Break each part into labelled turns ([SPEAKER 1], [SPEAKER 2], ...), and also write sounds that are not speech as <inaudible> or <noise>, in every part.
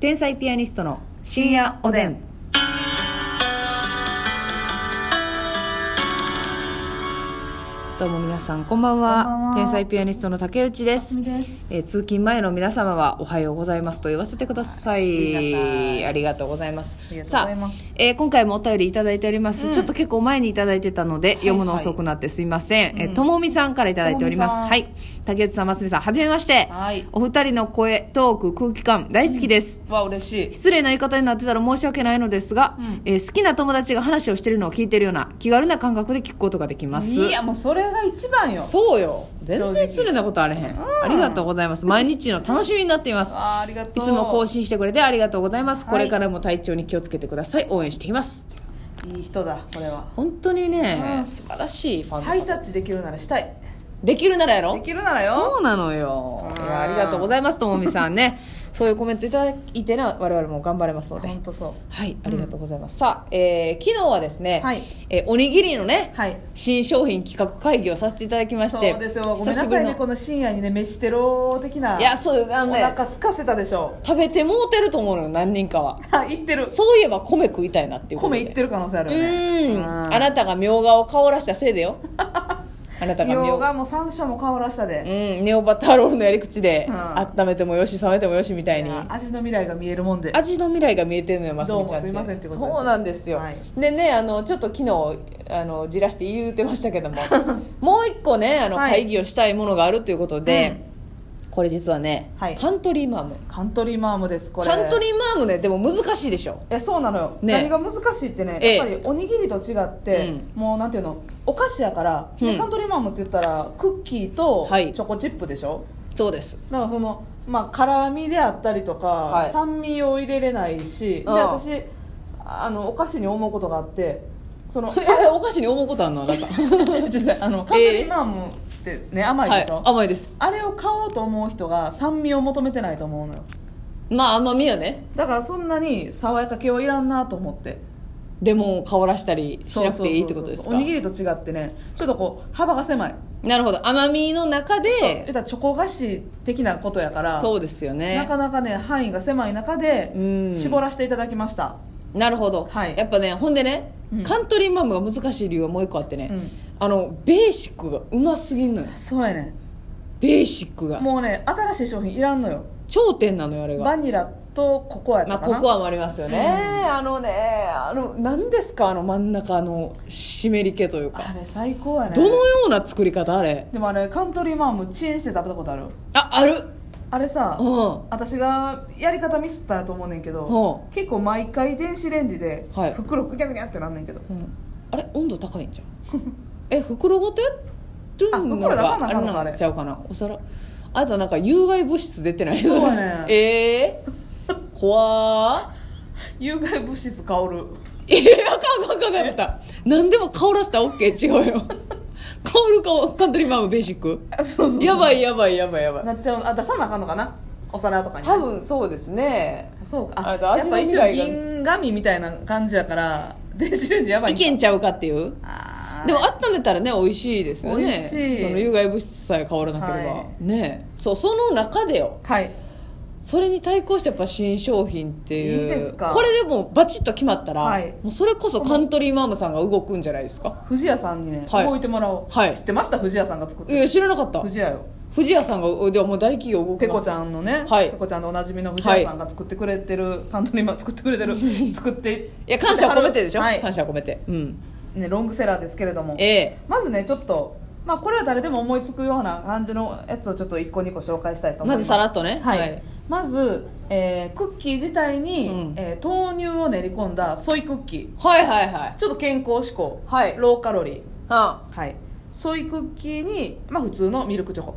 [SPEAKER 1] 天才ピアニストの深夜おでん。どうも皆さんこんばんは
[SPEAKER 2] こんばんは
[SPEAKER 1] 天才ピアニストの竹内です
[SPEAKER 2] みです
[SPEAKER 1] えー通勤前の皆様はおはようございますと言わせてください、
[SPEAKER 2] はいありがたい
[SPEAKER 1] ありがとうございます
[SPEAKER 2] ありがとうご
[SPEAKER 1] さ
[SPEAKER 2] ざい
[SPEAKER 1] あ
[SPEAKER 2] ます、
[SPEAKER 1] えー今回もお便りいただいております、ちょっと結構前にいただいてたので、読むの遅くなってすいません、えーともみさんからいただいております
[SPEAKER 2] ともみさ
[SPEAKER 1] はい
[SPEAKER 2] ん
[SPEAKER 1] 竹内さんますみさんはじめまして
[SPEAKER 2] はい
[SPEAKER 1] お二人の声トーク空気感大好きです、
[SPEAKER 2] わ嬉しい
[SPEAKER 1] 失礼な言い方になってたら申し訳ないのですが、えー好きな友達が話をしてるのを聞いてるような気軽な感覚で聞くことができます
[SPEAKER 2] いやもうそれが一番よ
[SPEAKER 1] そうよ
[SPEAKER 2] 正
[SPEAKER 1] 全
[SPEAKER 2] 直
[SPEAKER 1] 然失礼なことあれへん、ありがとうございます毎日の楽しみになっています
[SPEAKER 2] あーありがと
[SPEAKER 1] いう
[SPEAKER 2] い
[SPEAKER 1] つも更新してくれてありがとうございます、
[SPEAKER 2] はい
[SPEAKER 1] これからも体調に気をつけてください応援しています
[SPEAKER 2] いい人だこれは
[SPEAKER 1] 本当にね、
[SPEAKER 2] うん
[SPEAKER 1] 素晴らしいファン、
[SPEAKER 2] ハイタッチできるならしたい
[SPEAKER 1] できるならやろ
[SPEAKER 2] できるならよ
[SPEAKER 1] そうなのよ
[SPEAKER 2] うん
[SPEAKER 1] いやありがとうございますともみさんね <laughs> そういうコメントいただいてな我々も頑張れますので
[SPEAKER 2] 本当そう
[SPEAKER 1] はい、ありがとうございます。さあ、えー昨日はですね、
[SPEAKER 2] はい
[SPEAKER 1] えーおにぎりのね、
[SPEAKER 2] はい
[SPEAKER 1] 新商品企画会議をさせていただきまし
[SPEAKER 2] そう
[SPEAKER 1] て、
[SPEAKER 2] ですよごめんな
[SPEAKER 1] 久しぶ
[SPEAKER 2] さ
[SPEAKER 1] り
[SPEAKER 2] い
[SPEAKER 1] の
[SPEAKER 2] ねこの深夜にね飯テロ的ない
[SPEAKER 1] や、そう、あ
[SPEAKER 2] お
[SPEAKER 1] のね、
[SPEAKER 2] 腹すかせたでしょ
[SPEAKER 1] 食べてもうてると思うのよ、何人かは。
[SPEAKER 2] あいってる
[SPEAKER 1] そういえば米食いたいなっていうこと
[SPEAKER 2] 米
[SPEAKER 1] で。
[SPEAKER 2] いってる可能性あるよ
[SPEAKER 1] う
[SPEAKER 2] ね
[SPEAKER 1] ーん。あなたがみょうがを香らしたせい
[SPEAKER 2] <laughs>
[SPEAKER 1] でよ。あなたがみ
[SPEAKER 2] み
[SPEAKER 1] ょ
[SPEAKER 2] ょ
[SPEAKER 1] う
[SPEAKER 2] う
[SPEAKER 1] が。
[SPEAKER 2] がもう山椒も香らしたで
[SPEAKER 1] うん、ネオバターロールのやり口で、
[SPEAKER 2] うん
[SPEAKER 1] 温めてもよし、冷めてもよしみたい
[SPEAKER 2] い
[SPEAKER 1] に。
[SPEAKER 2] や味の未来が見えるもんで
[SPEAKER 1] <laughs> 味の未来が見えてるのよ、マスミちゃんって。
[SPEAKER 2] どうもすいませんってことですね
[SPEAKER 1] そうなんですよ。
[SPEAKER 2] はい
[SPEAKER 1] でね、あの、ちょっと昨日、あの、じらして言うてましたけども、もう一個ね、あの、
[SPEAKER 2] はい
[SPEAKER 1] 会議をしたいものがあるということで、これ実はね、
[SPEAKER 2] はい
[SPEAKER 1] カントリーマーム。
[SPEAKER 2] カントリーマームですこれ
[SPEAKER 1] カントリーマームね、でも難しいでしょ。
[SPEAKER 2] えそうなのよ、
[SPEAKER 1] ね
[SPEAKER 2] 何が難しいってね
[SPEAKER 1] ええ
[SPEAKER 2] やっぱりおにぎりと違って、
[SPEAKER 1] う
[SPEAKER 2] もうなんていうのお菓子やから、
[SPEAKER 1] うん
[SPEAKER 2] でカントリーマンムって言ったらクッキーとチ
[SPEAKER 1] はい
[SPEAKER 2] ョコチップでしょ、
[SPEAKER 1] そうです。
[SPEAKER 2] だからそのまあ辛みであったりとか、
[SPEAKER 1] はい
[SPEAKER 2] 酸味を入れれないしで
[SPEAKER 1] うん
[SPEAKER 2] 私あのお菓子に思うことがあって
[SPEAKER 1] <laughs>
[SPEAKER 2] その
[SPEAKER 1] お菓子に思うことあんのあなた。
[SPEAKER 2] あのカントリーマンムってね甘いでし
[SPEAKER 1] <laughs>
[SPEAKER 2] ょ、
[SPEAKER 1] はい、甘いです。
[SPEAKER 2] あれを買おうと思う人が酸味を求めてないと思うのよ
[SPEAKER 1] まあ、甘みよね。
[SPEAKER 2] だからそんなに爽やか系はいらんなと思って
[SPEAKER 1] レモンを香らしたりしなくていいってことです
[SPEAKER 2] そうそうそうそう
[SPEAKER 1] か
[SPEAKER 2] おにぎりと違ってねちょっとこう幅が狭い
[SPEAKER 1] なるほど。甘みの中
[SPEAKER 2] 言っ
[SPEAKER 1] で、
[SPEAKER 2] たらチョコ菓子的なことやから
[SPEAKER 1] そうですよね。
[SPEAKER 2] なかなかね範囲が狭い中で
[SPEAKER 1] うん
[SPEAKER 2] 絞らせていただきました、
[SPEAKER 1] なるほど、
[SPEAKER 2] はい
[SPEAKER 1] やっぱねほんでね、
[SPEAKER 2] うん
[SPEAKER 1] カントリーマームが難しい理由はもう一個あってね、
[SPEAKER 2] うん
[SPEAKER 1] あのベーシックがうますぎんのよ
[SPEAKER 2] そうやね
[SPEAKER 1] ベーシックが
[SPEAKER 2] もうね新しい商品いらんのよ
[SPEAKER 1] 頂点なのよあれが
[SPEAKER 2] バニラとココアやっ
[SPEAKER 1] まあ
[SPEAKER 2] たか
[SPEAKER 1] コ
[SPEAKER 2] な、
[SPEAKER 1] コアもありますよね、あのねあの何ですかあの真ん中の湿り気というか
[SPEAKER 2] あれ最高やね
[SPEAKER 1] どのような作り方あれ
[SPEAKER 2] でもあれカントリーマームチンして食べたことある
[SPEAKER 1] あある
[SPEAKER 2] あれさ
[SPEAKER 1] うんは
[SPEAKER 2] 私がやり方ミスったんやと思うねんけど
[SPEAKER 1] ほ
[SPEAKER 2] 結構毎回電子レンジで
[SPEAKER 1] はい
[SPEAKER 2] 袋ぐにゃぐにゃってなんねんけど
[SPEAKER 1] うんあれ温度高いんじゃん <laughs> え袋ごとやるの
[SPEAKER 2] あ袋出さな
[SPEAKER 1] が
[SPEAKER 2] あ
[SPEAKER 1] あれ
[SPEAKER 2] かんのかあれ
[SPEAKER 1] なんちゃうかなお皿あとなんか有害物質出てない
[SPEAKER 2] そうやね
[SPEAKER 1] えー、怖ー <laughs>
[SPEAKER 2] 有害物質香る
[SPEAKER 1] えー、あかんあかんあかんあかんあかん何でも香らせたら OK 違うよ香る香カントリーマームベーシック
[SPEAKER 2] あそうそうそう
[SPEAKER 1] やばいやばいやばいやばい
[SPEAKER 2] なっちゃうあ出さなあかんのかなお皿とかに
[SPEAKER 1] 多分そうですね
[SPEAKER 2] そうか
[SPEAKER 1] あ
[SPEAKER 2] あ
[SPEAKER 1] れだ
[SPEAKER 2] やっぱ
[SPEAKER 1] 味
[SPEAKER 2] 一
[SPEAKER 1] の
[SPEAKER 2] 応
[SPEAKER 1] 未来が
[SPEAKER 2] 銀紙みたいな感じやから電子レンジやばい
[SPEAKER 1] いけんちゃうかっていう
[SPEAKER 2] あー
[SPEAKER 1] でも温めたらね美味しいですよね
[SPEAKER 2] 美味しい
[SPEAKER 1] その有害物質さえ香らなければ、
[SPEAKER 2] は
[SPEAKER 1] ねえそうその中でよ
[SPEAKER 2] はい
[SPEAKER 1] それに対抗してやっぱ新商品っていう
[SPEAKER 2] いいですか
[SPEAKER 1] これでもうバチッと決まったら、
[SPEAKER 2] はい
[SPEAKER 1] もうそれこそカントリーマームさんが動くんじゃないですか
[SPEAKER 2] 藤屋さんにね、
[SPEAKER 1] はい
[SPEAKER 2] 動いてもらおう、
[SPEAKER 1] はい
[SPEAKER 2] 知ってました藤屋さんが作っ
[SPEAKER 1] い
[SPEAKER 2] てる
[SPEAKER 1] や知らなかった
[SPEAKER 2] 藤屋よ
[SPEAKER 1] 藤屋さんがではもう大企業動き
[SPEAKER 2] ペ
[SPEAKER 1] ま
[SPEAKER 2] コ
[SPEAKER 1] す
[SPEAKER 2] ちゃんのね、
[SPEAKER 1] はい
[SPEAKER 2] ペコちゃんでおなじみの藤屋さんが作ってくれてる、カントリーマン作ってくれてる作って
[SPEAKER 1] <laughs> いや感謝を込めてでしょ、
[SPEAKER 2] はい
[SPEAKER 1] 感謝を込めてうん
[SPEAKER 2] ね、ロングセラーですけれども
[SPEAKER 1] ええ
[SPEAKER 2] まずねちょっとまあこれは誰でも思いつくような感じのやつをちょっと1個2個紹介したいと思いま
[SPEAKER 1] ま
[SPEAKER 2] す
[SPEAKER 1] ずさらっとね
[SPEAKER 2] はい、
[SPEAKER 1] はい
[SPEAKER 2] まず、えークッキー自体に、
[SPEAKER 1] うん
[SPEAKER 2] えー豆乳を練り込んだソイクッキー
[SPEAKER 1] はいはいはい
[SPEAKER 2] ちょっと健康志向、
[SPEAKER 1] はい
[SPEAKER 2] ローカロリー
[SPEAKER 1] あ
[SPEAKER 2] はいソイクッキーに、まあ、普通のミルクチョコ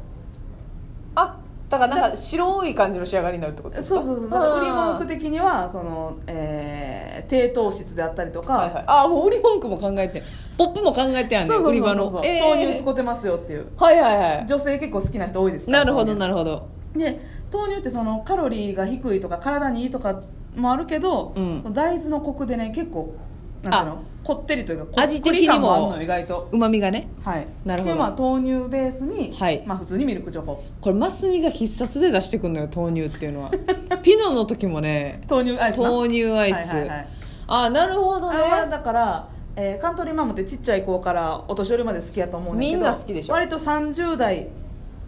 [SPEAKER 1] あだからなんか白い感じの仕上がりになるってことです
[SPEAKER 2] そ
[SPEAKER 1] か
[SPEAKER 2] うそうそうだから売り文句
[SPEAKER 1] で
[SPEAKER 2] 的にはその、えー低糖質であったりとか、
[SPEAKER 1] はいはい、あもう売り文句も考えてポップも考えてやんね
[SPEAKER 2] そうそう
[SPEAKER 1] 売り
[SPEAKER 2] そう
[SPEAKER 1] 場
[SPEAKER 2] そ
[SPEAKER 1] の
[SPEAKER 2] うそう、
[SPEAKER 1] ええ
[SPEAKER 2] 豆乳使ってますよっていう
[SPEAKER 1] はいはいは
[SPEAKER 2] 女性結構好きな人多いです
[SPEAKER 1] い
[SPEAKER 2] か
[SPEAKER 1] な
[SPEAKER 2] ら
[SPEAKER 1] るほど
[SPEAKER 2] 豆乳
[SPEAKER 1] なるほど
[SPEAKER 2] で豆乳ってそのカロリーが低いとか体にいいとかもあるけど、
[SPEAKER 1] うん
[SPEAKER 2] その大豆のコクでね結構なんていうのこってりというかこっ
[SPEAKER 1] 味
[SPEAKER 2] く
[SPEAKER 1] 的
[SPEAKER 2] り
[SPEAKER 1] にも
[SPEAKER 2] 感もあるの意外と
[SPEAKER 1] うまみがね
[SPEAKER 2] はい
[SPEAKER 1] なるほど
[SPEAKER 2] でまあ豆乳ベースに、
[SPEAKER 1] はい
[SPEAKER 2] まあ、普通にミルクチョコ
[SPEAKER 1] これますみが必殺で出してくんのよ豆乳っていうのは <laughs> ピノの時もね
[SPEAKER 2] 豆乳アイスな
[SPEAKER 1] 豆乳アイス、
[SPEAKER 2] はいはいはい
[SPEAKER 1] あなるほど
[SPEAKER 2] あれは
[SPEAKER 1] ね
[SPEAKER 2] だから、えーカントリーマムってちっちゃい子からお年寄りまで好きやと思うんだけど
[SPEAKER 1] みんな好きでしょ
[SPEAKER 2] 割と30代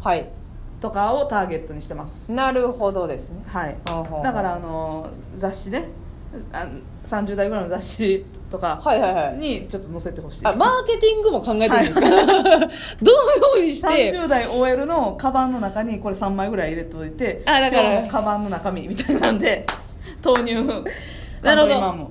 [SPEAKER 1] はい
[SPEAKER 2] とかをターゲットにしてます
[SPEAKER 1] なるほどですね
[SPEAKER 2] はい
[SPEAKER 1] ほうほうほう
[SPEAKER 2] だからあのー雑誌ねあ30代ぐらいの雑誌とか
[SPEAKER 1] はいはいはい
[SPEAKER 2] にちょっと載せてほしい、
[SPEAKER 1] あマーケティングも考えてるんですか、 <laughs> どのようにして
[SPEAKER 2] 30代 OL のカバンの中にこれ3枚ぐらい入れておいて
[SPEAKER 1] あだから
[SPEAKER 2] 今日のカバンの中身みたいな
[SPEAKER 1] <laughs>
[SPEAKER 2] んで豆乳
[SPEAKER 1] なるほど
[SPEAKER 2] カントリーマム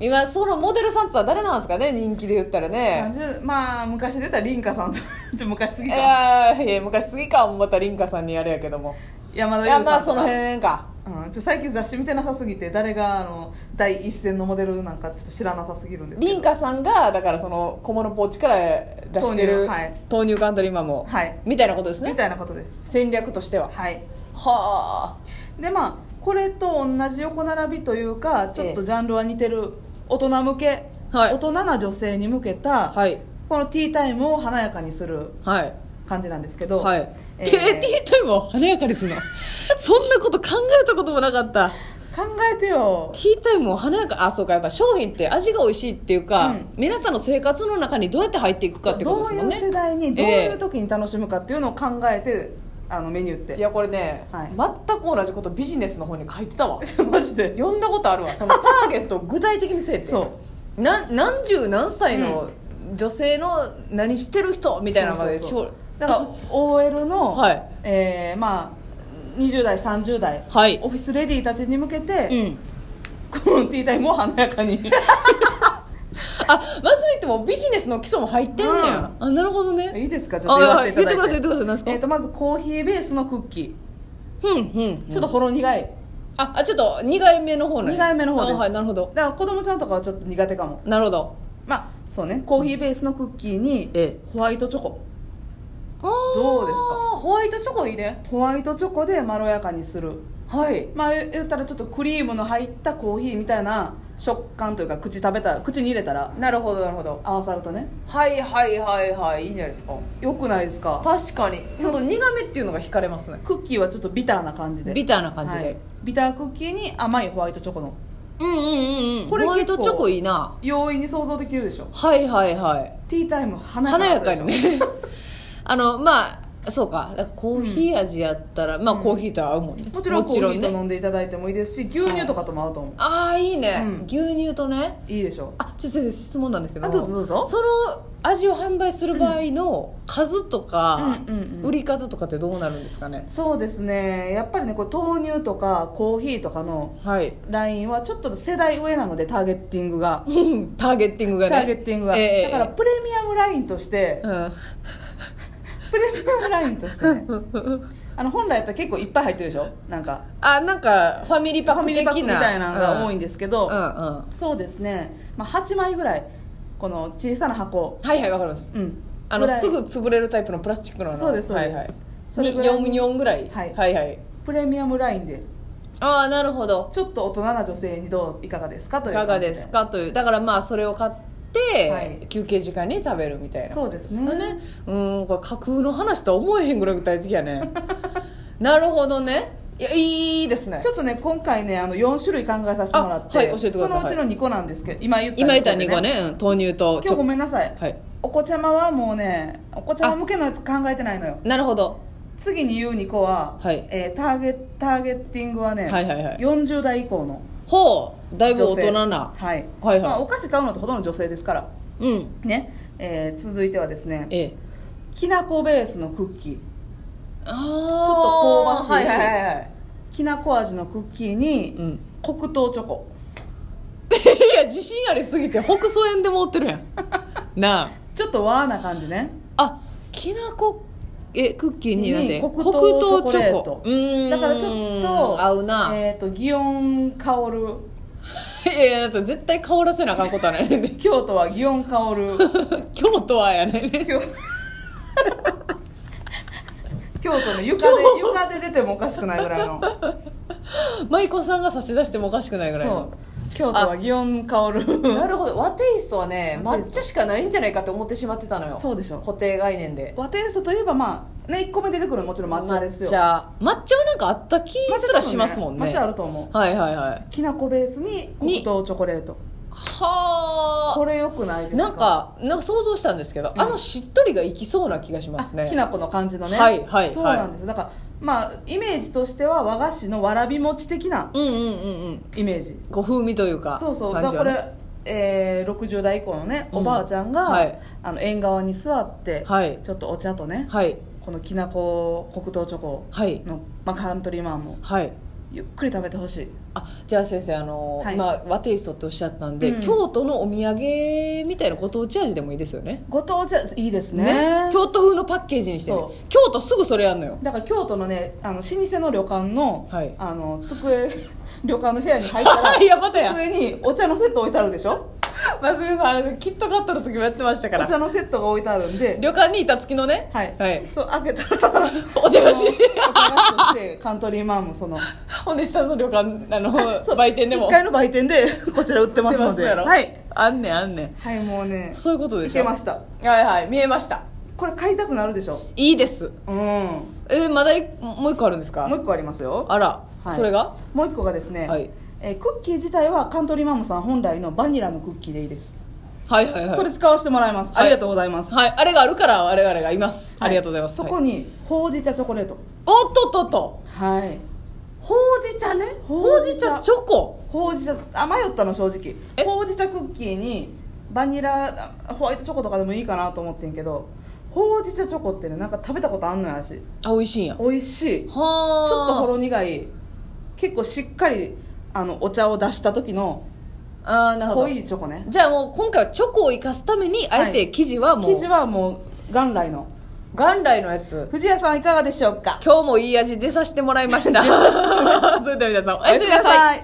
[SPEAKER 1] 今そのモデルさんって言ったら誰なんですかね人気で言ったらね
[SPEAKER 2] 30まあ昔出たリンカさんと <laughs> ちょっと昔す
[SPEAKER 1] い
[SPEAKER 2] ぎた
[SPEAKER 1] やーいや昔すぎかもまた凛花さんにやれやけども
[SPEAKER 2] 山田
[SPEAKER 1] い
[SPEAKER 2] 優さ
[SPEAKER 1] や
[SPEAKER 2] んとか
[SPEAKER 1] まあその辺か
[SPEAKER 2] うん、ちょ最近雑誌見てなさすぎて誰があの第一線のモデルなんかちょっと知らなさすぎるんですけど
[SPEAKER 1] 凛花さんがだからその小物ポーチから出してる
[SPEAKER 2] 豆乳はい
[SPEAKER 1] 豆乳カントリーマムを
[SPEAKER 2] はい
[SPEAKER 1] みたいなことです
[SPEAKER 2] み
[SPEAKER 1] ね
[SPEAKER 2] たいなことです
[SPEAKER 1] 戦略としては
[SPEAKER 2] はい
[SPEAKER 1] はあ
[SPEAKER 2] でまあこれと同じ横並びというかちょっとジャンルは似てる大人向け、
[SPEAKER 1] はい
[SPEAKER 2] 大人な女性に向けた、
[SPEAKER 1] はい
[SPEAKER 2] このティータイムを華やかにする
[SPEAKER 1] はい
[SPEAKER 2] 感じなんですけど、
[SPEAKER 1] はいえ
[SPEAKER 2] えー
[SPEAKER 1] ティータイムを華やかにするの <laughs> そんなこと考えたこともなかった
[SPEAKER 2] 考えてよ
[SPEAKER 1] ティータイムを華やかあそうかやっぱ商品って味が美味しいっていうか、
[SPEAKER 2] うん
[SPEAKER 1] 皆さんの生活の中にどうやって入っていくかってことで
[SPEAKER 2] どう
[SPEAKER 1] す
[SPEAKER 2] い
[SPEAKER 1] もん
[SPEAKER 2] う
[SPEAKER 1] ね
[SPEAKER 2] 世代にどういう時に楽しむかっていうのを考えて、あのメニューっ
[SPEAKER 1] い
[SPEAKER 2] て
[SPEAKER 1] やこれね、
[SPEAKER 2] はい
[SPEAKER 1] 全く同じことビジネスの方に書いてたわ
[SPEAKER 2] マジで
[SPEAKER 1] 読んだことあるわそのターゲットを具体的にせえって
[SPEAKER 2] そう
[SPEAKER 1] な何十何歳の女性の何してる人みたいなのまで
[SPEAKER 2] そうそうそう
[SPEAKER 1] しょ
[SPEAKER 2] だから OL の、
[SPEAKER 1] はい
[SPEAKER 2] えーまあ、20代30代、
[SPEAKER 1] はい
[SPEAKER 2] オフィスレディーたちに向け
[SPEAKER 1] う
[SPEAKER 2] て、
[SPEAKER 1] ん
[SPEAKER 2] このティータイムを華やかに
[SPEAKER 1] あまずいってもうビジネスの基礎も入ってんねや、あなるほどね
[SPEAKER 2] <laughs> いいですかちょっ
[SPEAKER 1] あ
[SPEAKER 2] と
[SPEAKER 1] は
[SPEAKER 2] 言わ
[SPEAKER 1] いは
[SPEAKER 2] せ
[SPEAKER 1] い
[SPEAKER 2] て
[SPEAKER 1] 言
[SPEAKER 2] い
[SPEAKER 1] ったてく
[SPEAKER 2] だ
[SPEAKER 1] だ
[SPEAKER 2] い
[SPEAKER 1] さい言ってください何です
[SPEAKER 2] て
[SPEAKER 1] か、
[SPEAKER 2] えーとまずコーヒーベースのクッキ
[SPEAKER 1] ふんふん
[SPEAKER 2] ーちょっとほろ苦い、
[SPEAKER 1] ああちょっと2回目の方ね
[SPEAKER 2] 苦い目の方です
[SPEAKER 1] あはいなるほど
[SPEAKER 2] だから子供ちゃんとかはちょっと苦手かも
[SPEAKER 1] なるほど
[SPEAKER 2] まあそうねコーヒーベースのクッキーに
[SPEAKER 1] ええ
[SPEAKER 2] ホワイトチョコ
[SPEAKER 1] ど
[SPEAKER 2] どうですか
[SPEAKER 1] ホワイトチョコいいね
[SPEAKER 2] ホワイトチョコでまろやかにする
[SPEAKER 1] はい
[SPEAKER 2] まあ言ったらちょっとクリームの入ったコーヒーみたいな食感というか口食べた口に入れたら
[SPEAKER 1] なるほどなるほど
[SPEAKER 2] 合わさるとね
[SPEAKER 1] はいはいはいはいいいじゃないですか
[SPEAKER 2] よくないですか
[SPEAKER 1] 確かにその苦めっていうのが惹かれますね
[SPEAKER 2] クッキーはちょっとビターな感じで
[SPEAKER 1] ビ
[SPEAKER 2] タ
[SPEAKER 1] ターな感じで、
[SPEAKER 2] ビタークッキーに甘いホワイトチョコの
[SPEAKER 1] うんうんうんうん
[SPEAKER 2] これ
[SPEAKER 1] ホワイ
[SPEAKER 2] 結構
[SPEAKER 1] トチョコいいな
[SPEAKER 2] 容易に想像できるでしょ
[SPEAKER 1] はいはいはい
[SPEAKER 2] ティータイム華や
[SPEAKER 1] 華
[SPEAKER 2] かだ
[SPEAKER 1] や
[SPEAKER 2] った
[SPEAKER 1] か
[SPEAKER 2] でしょ
[SPEAKER 1] にね <laughs> あのまあそうかだからコーヒー味やったら、まあコーヒーと合うもんね、
[SPEAKER 2] もちろんコーヒーと
[SPEAKER 1] ね
[SPEAKER 2] 飲んでいただいてもいいですし牛乳とかとも合うと思
[SPEAKER 1] ああいいね、
[SPEAKER 2] うん
[SPEAKER 1] 牛乳とね
[SPEAKER 2] ういいでしょ
[SPEAKER 1] あちょっと先生質問なんですけど
[SPEAKER 2] あどうぞどうぞ
[SPEAKER 1] その味を販売する場合の数とか、
[SPEAKER 2] うんうんうんうん
[SPEAKER 1] 売り方とかってどうなるんですかね
[SPEAKER 2] う、そうですねやっぱりねこれ豆乳とかコーヒーとかの
[SPEAKER 1] はい
[SPEAKER 2] ラインはちょっと世代上なのでターゲッティン
[SPEAKER 1] <laughs>
[SPEAKER 2] グが
[SPEAKER 1] うんターゲッティングが
[SPEAKER 2] タ
[SPEAKER 1] ね
[SPEAKER 2] ーゲッティングが、
[SPEAKER 1] ええ
[SPEAKER 2] だからプレミアムラインとして、
[SPEAKER 1] <laughs> うん
[SPEAKER 2] プレミアムラインとしてねあの本来やったら結構いっぱい入ってるでしょなんか
[SPEAKER 1] あなんかファミリー
[SPEAKER 2] フ
[SPEAKER 1] パッ
[SPEAKER 2] ァ
[SPEAKER 1] ク
[SPEAKER 2] ミ
[SPEAKER 1] 的
[SPEAKER 2] リー
[SPEAKER 1] な
[SPEAKER 2] パックみたいなのが多いん
[SPEAKER 1] で
[SPEAKER 2] ですけど、
[SPEAKER 1] うんうんは
[SPEAKER 2] そうですね、まあ、8枚ぐらいこの小さな箱、
[SPEAKER 1] いはいわかります
[SPEAKER 2] うん、
[SPEAKER 1] あの
[SPEAKER 2] ぐらい
[SPEAKER 1] すぐ潰れるタイプのプラスチックのな
[SPEAKER 2] そうですそうです
[SPEAKER 1] はいはい
[SPEAKER 2] それぐらい
[SPEAKER 1] に4ぐらい、
[SPEAKER 2] はい
[SPEAKER 1] はい
[SPEAKER 2] プレミアムラインで
[SPEAKER 1] ああなるほど
[SPEAKER 2] ちょっと大人な女性にどういかがですかとい
[SPEAKER 1] いうかがですかというだからまあそれを買って、
[SPEAKER 2] はい
[SPEAKER 1] 休憩時間に食べるみたいな
[SPEAKER 2] そうですね
[SPEAKER 1] ようんこれ架空の話とは思えへんぐらい具体的やね <laughs> なるほどねいやいいですね
[SPEAKER 2] ちょっとね今回ねあの4種類考えさせてもらって、
[SPEAKER 1] あはい教えてください
[SPEAKER 2] そのうちの2個なんですけど今言った
[SPEAKER 1] 今言った
[SPEAKER 2] 二
[SPEAKER 1] 2
[SPEAKER 2] 個
[SPEAKER 1] 個
[SPEAKER 2] で
[SPEAKER 1] ねうん豆乳と
[SPEAKER 2] 今日ごめんなさい、
[SPEAKER 1] はい
[SPEAKER 2] お子ちゃまはもうねお子ちゃま向けのやつ考えてないのよ
[SPEAKER 1] なるほど
[SPEAKER 2] 次に言う2個は、
[SPEAKER 1] はい
[SPEAKER 2] えーターゲターゲッティングはね、
[SPEAKER 1] はいはいはい
[SPEAKER 2] 40代以降の
[SPEAKER 1] ほうだいぶ
[SPEAKER 2] 女
[SPEAKER 1] 大
[SPEAKER 2] 性
[SPEAKER 1] 人な
[SPEAKER 2] はい、
[SPEAKER 1] はいはい
[SPEAKER 2] まあ、お菓子買うのってほとんど女性ですから
[SPEAKER 1] うん
[SPEAKER 2] ね、えー続いてはですね
[SPEAKER 1] ええ
[SPEAKER 2] きなこベースのクッキー
[SPEAKER 1] ああ
[SPEAKER 2] ちょっと香ばしい
[SPEAKER 1] はいはいはいはい
[SPEAKER 2] きなこ味のクッキーに、
[SPEAKER 1] うん
[SPEAKER 2] 黒糖チョコ
[SPEAKER 1] <laughs> いや自信ありすぎて北総園でも売ってるやん <laughs> なあ
[SPEAKER 2] ちょっと和な感じね
[SPEAKER 1] あきなこえクッキーになんて
[SPEAKER 2] 黒糖チョコレート
[SPEAKER 1] うーん
[SPEAKER 2] だからちょっと
[SPEAKER 1] 合うな
[SPEAKER 2] えっ、と祇園香る
[SPEAKER 1] いやいやだって絶対香らせなあかんことはないねん
[SPEAKER 2] <laughs>
[SPEAKER 1] で
[SPEAKER 2] 京都は祇園香る
[SPEAKER 1] <laughs> 京都はやねんね
[SPEAKER 2] 京京都の床で床で出てもおかしくないぐらいの
[SPEAKER 1] 舞妓さんが差し出してもおかしくないぐらい
[SPEAKER 2] そ
[SPEAKER 1] の
[SPEAKER 2] う京都は祇
[SPEAKER 1] な
[SPEAKER 2] 園薫
[SPEAKER 1] るほど和テイストはね
[SPEAKER 2] 和テイ
[SPEAKER 1] 抹
[SPEAKER 2] スト
[SPEAKER 1] 茶しかないんじゃないかって思ってしまってたのよ
[SPEAKER 2] そうでしょ
[SPEAKER 1] 固定概念で
[SPEAKER 2] 和テイストといえばまあね1個目出てくるのもちろん抹茶です
[SPEAKER 1] 抹
[SPEAKER 2] よ
[SPEAKER 1] 茶抹茶はなんかあった気
[SPEAKER 2] 抹茶
[SPEAKER 1] すらしますもんね
[SPEAKER 2] 抹茶あると思う
[SPEAKER 1] はいはいはい
[SPEAKER 2] きなこベースに黒糖チョコレートこ
[SPEAKER 1] は
[SPEAKER 2] れよくないです
[SPEAKER 1] あ
[SPEAKER 2] か
[SPEAKER 1] なんかなんか想像したんですけど、あのしっとりがいきそうな気がします
[SPEAKER 2] あ
[SPEAKER 1] ね
[SPEAKER 2] きなこの感じのね
[SPEAKER 1] はいはいはい
[SPEAKER 2] そうなんですだからまあイメージとしては和菓子のわらび餅的な
[SPEAKER 1] うんうんうんうん
[SPEAKER 2] イメージ
[SPEAKER 1] ご風味というか
[SPEAKER 2] そうそうだ
[SPEAKER 1] 感
[SPEAKER 2] か
[SPEAKER 1] じ
[SPEAKER 2] ら
[SPEAKER 1] は
[SPEAKER 2] こ
[SPEAKER 1] ね
[SPEAKER 2] れ、えー60代以降のね
[SPEAKER 1] うん
[SPEAKER 2] おばあちゃんが、
[SPEAKER 1] はい
[SPEAKER 2] あの縁側に座って、
[SPEAKER 1] はい
[SPEAKER 2] ちょっとお茶とね、
[SPEAKER 1] はい
[SPEAKER 2] このきなこ黒糖チョコ
[SPEAKER 1] はい
[SPEAKER 2] の、まあ、カントリーマンも
[SPEAKER 1] はい
[SPEAKER 2] ゆっくり食べてほしい
[SPEAKER 1] あじゃあ先生あの、
[SPEAKER 2] はい
[SPEAKER 1] 今和テイストっておっしゃったんで、
[SPEAKER 2] うん
[SPEAKER 1] 京都のお土産みたいなご当地味でもいいですよね
[SPEAKER 2] ご当地はいいですね
[SPEAKER 1] 京都風のパッケージにして、ね
[SPEAKER 2] そ、
[SPEAKER 1] 京都すぐそれやんのよ
[SPEAKER 2] だから京都のねあの老舗の旅館の,、
[SPEAKER 1] はい
[SPEAKER 2] あの机 <laughs> 旅館の部屋に入ったら
[SPEAKER 1] <laughs> いやまたや
[SPEAKER 2] 机にお茶のセット置いてあるでしょ
[SPEAKER 1] 真澄さんあれキットカットの時もやってましたか
[SPEAKER 2] お茶のセットが置いてあるんで
[SPEAKER 1] 旅館にいた月のね
[SPEAKER 2] はい、
[SPEAKER 1] はい、
[SPEAKER 2] そう開けたら
[SPEAKER 1] <laughs> お茶菓子
[SPEAKER 2] そのお茶菓子としてカントリーマン
[SPEAKER 1] <laughs>
[SPEAKER 2] もその
[SPEAKER 1] ほんで下の旅館あの
[SPEAKER 2] <laughs> そう
[SPEAKER 1] 売店でも
[SPEAKER 2] 1階の売店で <laughs> こちら売ってますので
[SPEAKER 1] 出やろ
[SPEAKER 2] はい、
[SPEAKER 1] あんねんあんねん
[SPEAKER 2] はい、もうね
[SPEAKER 1] そういうことで
[SPEAKER 2] い
[SPEAKER 1] しょ
[SPEAKER 2] けました
[SPEAKER 1] はいはい見えました
[SPEAKER 2] これ買いたくなるでしょ
[SPEAKER 1] いいです
[SPEAKER 2] うんも
[SPEAKER 1] えーまだいもう一個あるんですか
[SPEAKER 2] う一個ありますよ
[SPEAKER 1] あら、
[SPEAKER 2] はい
[SPEAKER 1] それが
[SPEAKER 2] もう一個がですね、
[SPEAKER 1] はい
[SPEAKER 2] えークッキー自体はカントリーマムさん本来のバニラのクッキーでいいです、
[SPEAKER 1] はいはいはい
[SPEAKER 2] それ使わせてもらいます、
[SPEAKER 1] はい
[SPEAKER 2] ありがとうございます、
[SPEAKER 1] はい、あれがあるから我々がいます、ありがとうございます
[SPEAKER 2] そ
[SPEAKER 1] は
[SPEAKER 2] こ
[SPEAKER 1] い
[SPEAKER 2] にほうじ茶チョコレート
[SPEAKER 1] おっとっとっと
[SPEAKER 2] はい
[SPEAKER 1] ほうじ茶ねほ
[SPEAKER 2] ほ
[SPEAKER 1] う
[SPEAKER 2] う
[SPEAKER 1] じ
[SPEAKER 2] じ
[SPEAKER 1] 茶
[SPEAKER 2] 茶
[SPEAKER 1] チョコ
[SPEAKER 2] ほうじ茶あ迷ったの正直
[SPEAKER 1] え
[SPEAKER 2] ほうじ茶クッキーにバニラあホワイトチョコとかでもいいかなと思ってんけどほうじ茶チョコってねなんか食べたことあんのやし
[SPEAKER 1] あ美味しいんやは
[SPEAKER 2] 美味しいちょ
[SPEAKER 1] あ
[SPEAKER 2] っとほろ苦い結構しっかりあのお茶を出した時の
[SPEAKER 1] あーなるほど
[SPEAKER 2] 濃いチョコね
[SPEAKER 1] じゃあもう今回はチョコを生かすためにあえて生地はもう
[SPEAKER 2] 生地はもう元来の
[SPEAKER 1] 元来のやつ
[SPEAKER 2] 藤谷さんいかがでしょうか
[SPEAKER 1] <laughs> 今日もいい味出させてもらいましたそれでは皆さんおやすみなさい
[SPEAKER 2] い